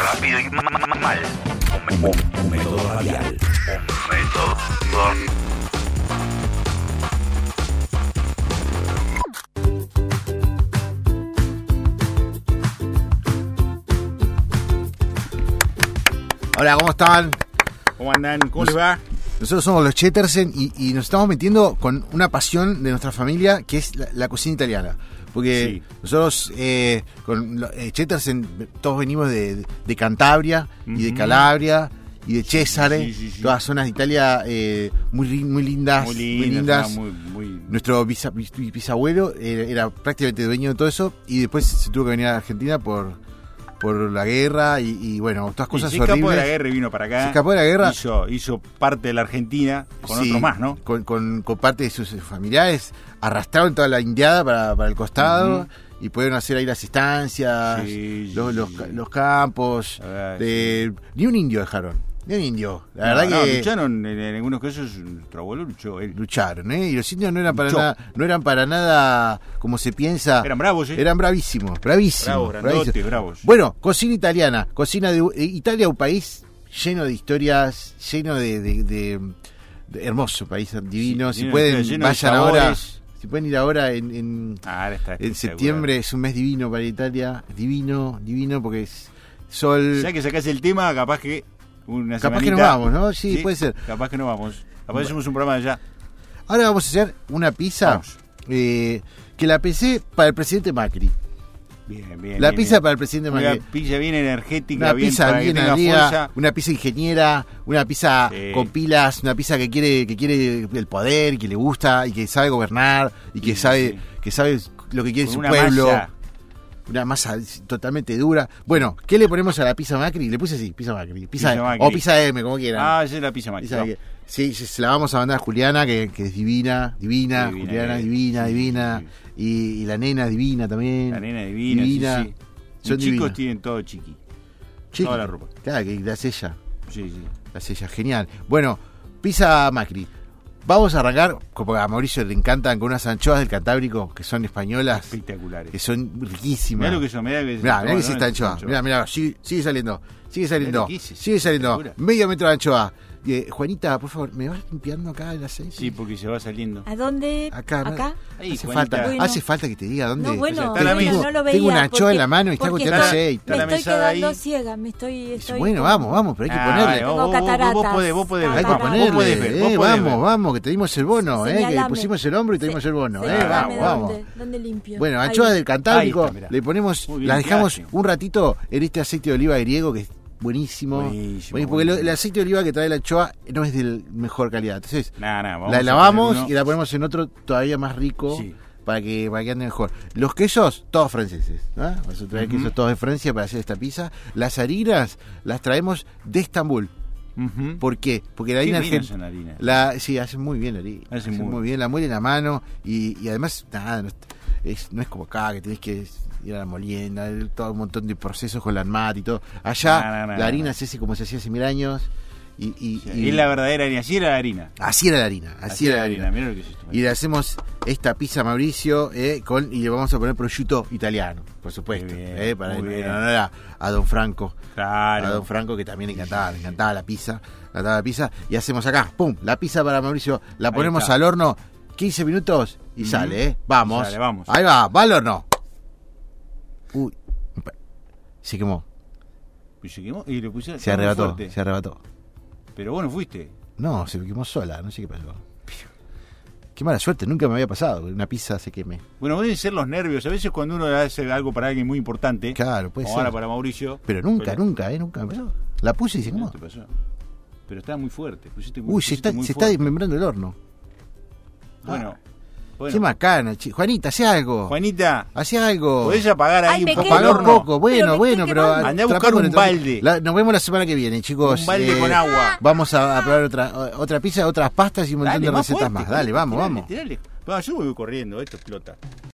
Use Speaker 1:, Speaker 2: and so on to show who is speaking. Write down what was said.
Speaker 1: rápido y ma- ma- ma- mal. Un, me-
Speaker 2: Un- un método radial.
Speaker 1: un método.
Speaker 3: Hola, ¿cómo están?
Speaker 4: ¿Cómo andan? ¿Cómo les va?
Speaker 3: Nosotros somos los Chettersen y, y nos estamos metiendo con una pasión de nuestra familia que es la, la cocina italiana. Porque
Speaker 4: Sí.
Speaker 3: nosotros, eh, con lo- eh, Chettersen, todos venimos de, de Cantabria y de Calabria y de Cesare,
Speaker 4: Sí, sí, sí.
Speaker 3: todas zonas de Italia eh, muy, ri- muy lindas.
Speaker 4: Muy
Speaker 3: muy
Speaker 4: lindo,
Speaker 3: lindas.
Speaker 4: muy, muy...
Speaker 3: Nuestro bisa- bis- bisabuelo eh, era prácticamente dueño de todo eso y después se tuvo que venir a Argentina por, por la guerra y, y, bueno, todas cosas
Speaker 4: y se escapó de la
Speaker 3: horribles.
Speaker 4: guerra y vino para acá.
Speaker 3: Se escapó de la guerra.
Speaker 4: Hizo, hizo parte de la Argentina con
Speaker 3: Sí,
Speaker 4: otro más, ¿no?
Speaker 3: Con, con- con parte de sus familiares, arrastraron toda la indiada para, para el costado
Speaker 4: Ujú.
Speaker 3: y pudieron hacer ahí las estancias,
Speaker 4: Sí,
Speaker 3: los,
Speaker 4: sí,
Speaker 3: los,
Speaker 4: sí.
Speaker 3: ca- los campos.
Speaker 4: La verdad,
Speaker 3: de- Ni un indio dejaron, ni un indio. La
Speaker 4: No,
Speaker 3: verdad
Speaker 4: no,
Speaker 3: que
Speaker 4: lucharon en, en algunos casos, nuestro abuelo luchó, él.
Speaker 3: lucharon, ¿eh? Y los indios no eran para
Speaker 4: Luchó.
Speaker 3: nada, no eran para nada como se piensa.
Speaker 4: Eran bravos, ¿eh?
Speaker 3: Eran bravísimos, bravísimos.
Speaker 4: Bravos, grandotes,
Speaker 3: bravísimos.
Speaker 4: bravos.
Speaker 3: Bueno, cocina italiana, cocina de eh, Italia, un país lleno de historias, lleno de, de- de- de- hermoso país divino.
Speaker 4: Sí,
Speaker 3: si
Speaker 4: lleno de
Speaker 3: pueden,
Speaker 4: historias, lleno de
Speaker 3: vayan ahora,
Speaker 4: sabores.
Speaker 3: si pueden ir ahora en, en,
Speaker 4: Ah, ahora está
Speaker 3: en
Speaker 4: espectacular.
Speaker 3: septiembre, es un mes divino para Italia, divino, divino porque es sol.
Speaker 4: Ya que sacás el tema, capaz que una
Speaker 3: Capaz que no
Speaker 4: semanita-
Speaker 3: vamos, ¿no? Sí, puede ser.
Speaker 4: Capaz que no vamos. Capaz hacemos un programa allá.
Speaker 3: Ahora vamos a hacer una pizza
Speaker 4: Vamos.
Speaker 3: eh, que la pensé para el presidente Macri.
Speaker 4: Bien, bien.
Speaker 3: La
Speaker 4: bien,
Speaker 3: pizza
Speaker 4: bien.
Speaker 3: para el presidente
Speaker 4: Una
Speaker 3: Macri.
Speaker 4: pizza bien energética,
Speaker 3: Una
Speaker 4: bien
Speaker 3: pizza
Speaker 4: para
Speaker 3: bien
Speaker 4: que tenga
Speaker 3: arriba,
Speaker 4: fuerza.
Speaker 3: una pizza ingeniera, una pizza
Speaker 4: Sí.
Speaker 3: con pilas, una pizza que quiere, que quiere el poder, que le gusta y que sabe gobernar y que
Speaker 4: Sí,
Speaker 3: sabe,
Speaker 4: sí.
Speaker 3: que sabe lo que quiere
Speaker 4: con
Speaker 3: su
Speaker 4: una
Speaker 3: pueblo.
Speaker 4: masa.
Speaker 3: Una masa totalmente dura. Bueno, ¿qué le ponemos a la pizza Macri? Le puse así, pizza Macri, pizza,
Speaker 4: Pizza Macri.
Speaker 3: o pizza M, como quieran.
Speaker 4: Ah, esa es la pizza
Speaker 3: Pizza
Speaker 4: mágica.
Speaker 3: Macri. Sí, sí, se la vamos a mandar a Juliana, que, que es divina, divina,
Speaker 4: Divina,
Speaker 3: Juliana,
Speaker 4: eh.
Speaker 3: divina,
Speaker 4: Sí, sí,
Speaker 3: divina.
Speaker 4: sí.
Speaker 3: Y, y la nena es divina también.
Speaker 4: La nena divina, sí, sí.
Speaker 3: Son
Speaker 4: Los chicos
Speaker 3: divinas.
Speaker 4: tienen todo chiqui.
Speaker 3: Chiqui.
Speaker 4: toda la ropa.
Speaker 3: Claro, que la hace ella.
Speaker 4: Sí, sí.
Speaker 3: La hace ella, genial. Bueno, pizza Macri. Vamos a arrancar, como a Mauricio le encantan, con unas anchoas del Cantábrico, que son españolas,
Speaker 4: Espectaculares.
Speaker 3: que son riquísimas.
Speaker 4: Mirá lo que yo, mirá lo que es.
Speaker 3: Mirá, mirá que es esta
Speaker 4: Bueno,
Speaker 3: anchoa.
Speaker 4: anchoa.
Speaker 3: Mirá, mirá, sigue, sigue saliendo. Sigue saliendo.
Speaker 4: Mirá lo que hice,
Speaker 3: Sigue saliendo.
Speaker 4: locura.
Speaker 3: Medio metro de anchoa. Eh, Juanita, por favor, ¿me vas limpiando acá el aceite?
Speaker 4: Sí, porque se va saliendo.
Speaker 5: ¿A dónde?
Speaker 3: Acá,
Speaker 5: ¿Acá?
Speaker 4: Ahí,
Speaker 3: hace
Speaker 4: Juanita.
Speaker 3: falta,
Speaker 5: Bueno.
Speaker 3: hace falta que te diga dónde.
Speaker 5: No, bueno,
Speaker 4: Está la
Speaker 5: bueno,
Speaker 4: misma.
Speaker 5: no lo veía.
Speaker 3: Tengo una anchoa
Speaker 5: porque-
Speaker 3: en la mano y está
Speaker 5: porque
Speaker 3: golpeando
Speaker 5: estoy-
Speaker 3: aceite.
Speaker 4: Está la Ah,
Speaker 5: Me estoy
Speaker 4: mesada
Speaker 5: quedando
Speaker 4: ahí.
Speaker 5: ciega, me estoy... estoy
Speaker 3: bueno,
Speaker 5: con-
Speaker 3: vamos, vamos, pero hay que ponerle.
Speaker 5: Tengo
Speaker 4: vos, vos, vos
Speaker 5: cataratas.
Speaker 4: podés, vos podés ver.
Speaker 3: Hay que
Speaker 5: Pará,
Speaker 3: ponerle,
Speaker 4: Vos podés ver, vos
Speaker 3: eh,
Speaker 4: podés
Speaker 3: vamos,
Speaker 4: ver.
Speaker 3: vamos, que te dimos el bono, eh, que
Speaker 5: Señalame.
Speaker 3: pusimos el hombro y te dimos el bono, eh,
Speaker 5: Señalame
Speaker 3: vamos, vamos.
Speaker 5: ¿Dónde, dónde limpio?
Speaker 3: Bueno,
Speaker 5: Ahí.
Speaker 3: anchoas del Cantábrico,
Speaker 4: Ahí está, mirá.
Speaker 3: le ponemos,
Speaker 4: Muy bien,
Speaker 3: las dejamos
Speaker 4: claro.
Speaker 3: un ratito en este aceite de oliva griego que es buenísimo.
Speaker 4: Buenísimo,
Speaker 3: Buenísimo, porque lo-
Speaker 4: buenísimo.
Speaker 3: el aceite de oliva que trae la anchoa no es de mejor calidad. Entonces,
Speaker 4: Nah, nah, vamos
Speaker 3: la
Speaker 4: a poner
Speaker 3: lavamos
Speaker 4: uno.
Speaker 3: y la ponemos en otro todavía más rico
Speaker 4: Sí.
Speaker 3: para, que, para que ande mejor. Los quesos, todos franceses. ¿no? Vamos a traer quesos todos de Francia para hacer esta pizza. Las harinas las traemos de Estambul.
Speaker 4: Ujú.
Speaker 3: ¿Por qué? Porque la
Speaker 4: Qué
Speaker 3: harina
Speaker 4: finas
Speaker 3: argen-
Speaker 4: son harinas.
Speaker 3: la, sí, hacen muy bien la harina.
Speaker 4: Hacen
Speaker 3: Hacen
Speaker 4: muy
Speaker 3: muy, bien, la muelen a mano y, y además, nada, no es, es- no es como acá que tenés que ir a la molienda, el- todo un montón de procesos con la armat y todo. Allá
Speaker 4: No, no, no,
Speaker 3: la harina
Speaker 4: no.
Speaker 3: se hace como se hacía hace mil años y, y- y-
Speaker 4: Es la verdadera harina, así era la harina.
Speaker 3: así era la harina, así, era la harina.
Speaker 4: Mirá lo que es esto.
Speaker 3: Y le hacemos esta pizza a Mauricio eh, con, y le vamos a poner prosciutto italiano, por supuesto,
Speaker 4: Muy bien,
Speaker 3: eh, para
Speaker 4: muy
Speaker 3: en
Speaker 4: bien.
Speaker 3: honor a- a Don Franco a
Speaker 4: Claro.
Speaker 3: Don Franco, que también le encantaba, le encantaba la pizza, le encantaba la pizza. Y hacemos acá, pum, la pizza para Mauricio, la
Speaker 4: Ahí
Speaker 3: ponemos
Speaker 4: está.
Speaker 3: al horno, 15 minutos y
Speaker 4: Ujú.
Speaker 3: sale, ¿eh? Vamos.
Speaker 4: Y sale, vamos.
Speaker 3: Ahí va, va al horno. Uy, pa- se quemó,
Speaker 4: Y se quemó y lo pusieron.
Speaker 3: se
Speaker 4: muy
Speaker 3: arrebató,
Speaker 4: fuerte.
Speaker 3: se arrebató.
Speaker 4: Pero bueno, fuiste.
Speaker 3: No, se quemó sola, no sé qué pasó. Qué mala suerte, nunca me había pasado que una pizza se queme.
Speaker 4: Bueno, deben ser los nervios. A veces cuando uno hace algo para alguien muy importante,
Speaker 3: Claro, puede
Speaker 4: como
Speaker 3: ser.
Speaker 4: ahora para Mauricio.
Speaker 3: Pero nunca,
Speaker 4: pero-
Speaker 3: nunca, ¿eh? Nunca me pasó. La puse y se
Speaker 4: No
Speaker 3: quemó.
Speaker 4: te pasó. Pero está muy fuerte. pusiste muy-
Speaker 3: Uy, se
Speaker 4: pusiste
Speaker 3: está,
Speaker 4: muy
Speaker 3: se está
Speaker 4: fuerte.
Speaker 3: desmembrando el horno.
Speaker 4: Bueno, bueno.
Speaker 3: Ah. Qué macana, chi- Juanita, hace algo.
Speaker 4: Juanita,
Speaker 3: Hace algo.
Speaker 4: ¿podés apagar ahí
Speaker 5: Ay, me
Speaker 4: un poco
Speaker 5: quedo.
Speaker 4: al
Speaker 3: Apagó un
Speaker 4: horno?
Speaker 3: poco, bueno,
Speaker 5: Pero me
Speaker 3: bueno,
Speaker 5: estoy
Speaker 3: pero.
Speaker 5: quemando.
Speaker 4: Andá a buscar
Speaker 3: atrapamos
Speaker 4: un
Speaker 3: el-
Speaker 4: balde.
Speaker 3: La- nos vemos la semana que viene, chicos.
Speaker 4: Un balde
Speaker 3: Eh,
Speaker 4: con agua.
Speaker 3: Vamos a, a probar otra, otra pizza, otras pastas y un montón
Speaker 4: Dale,
Speaker 3: de
Speaker 4: más
Speaker 3: recetas
Speaker 4: fuerte,
Speaker 3: más. Dale, vamos,
Speaker 4: tirale,
Speaker 3: vamos.
Speaker 4: tirale. Va, yo voy corriendo, esto explota.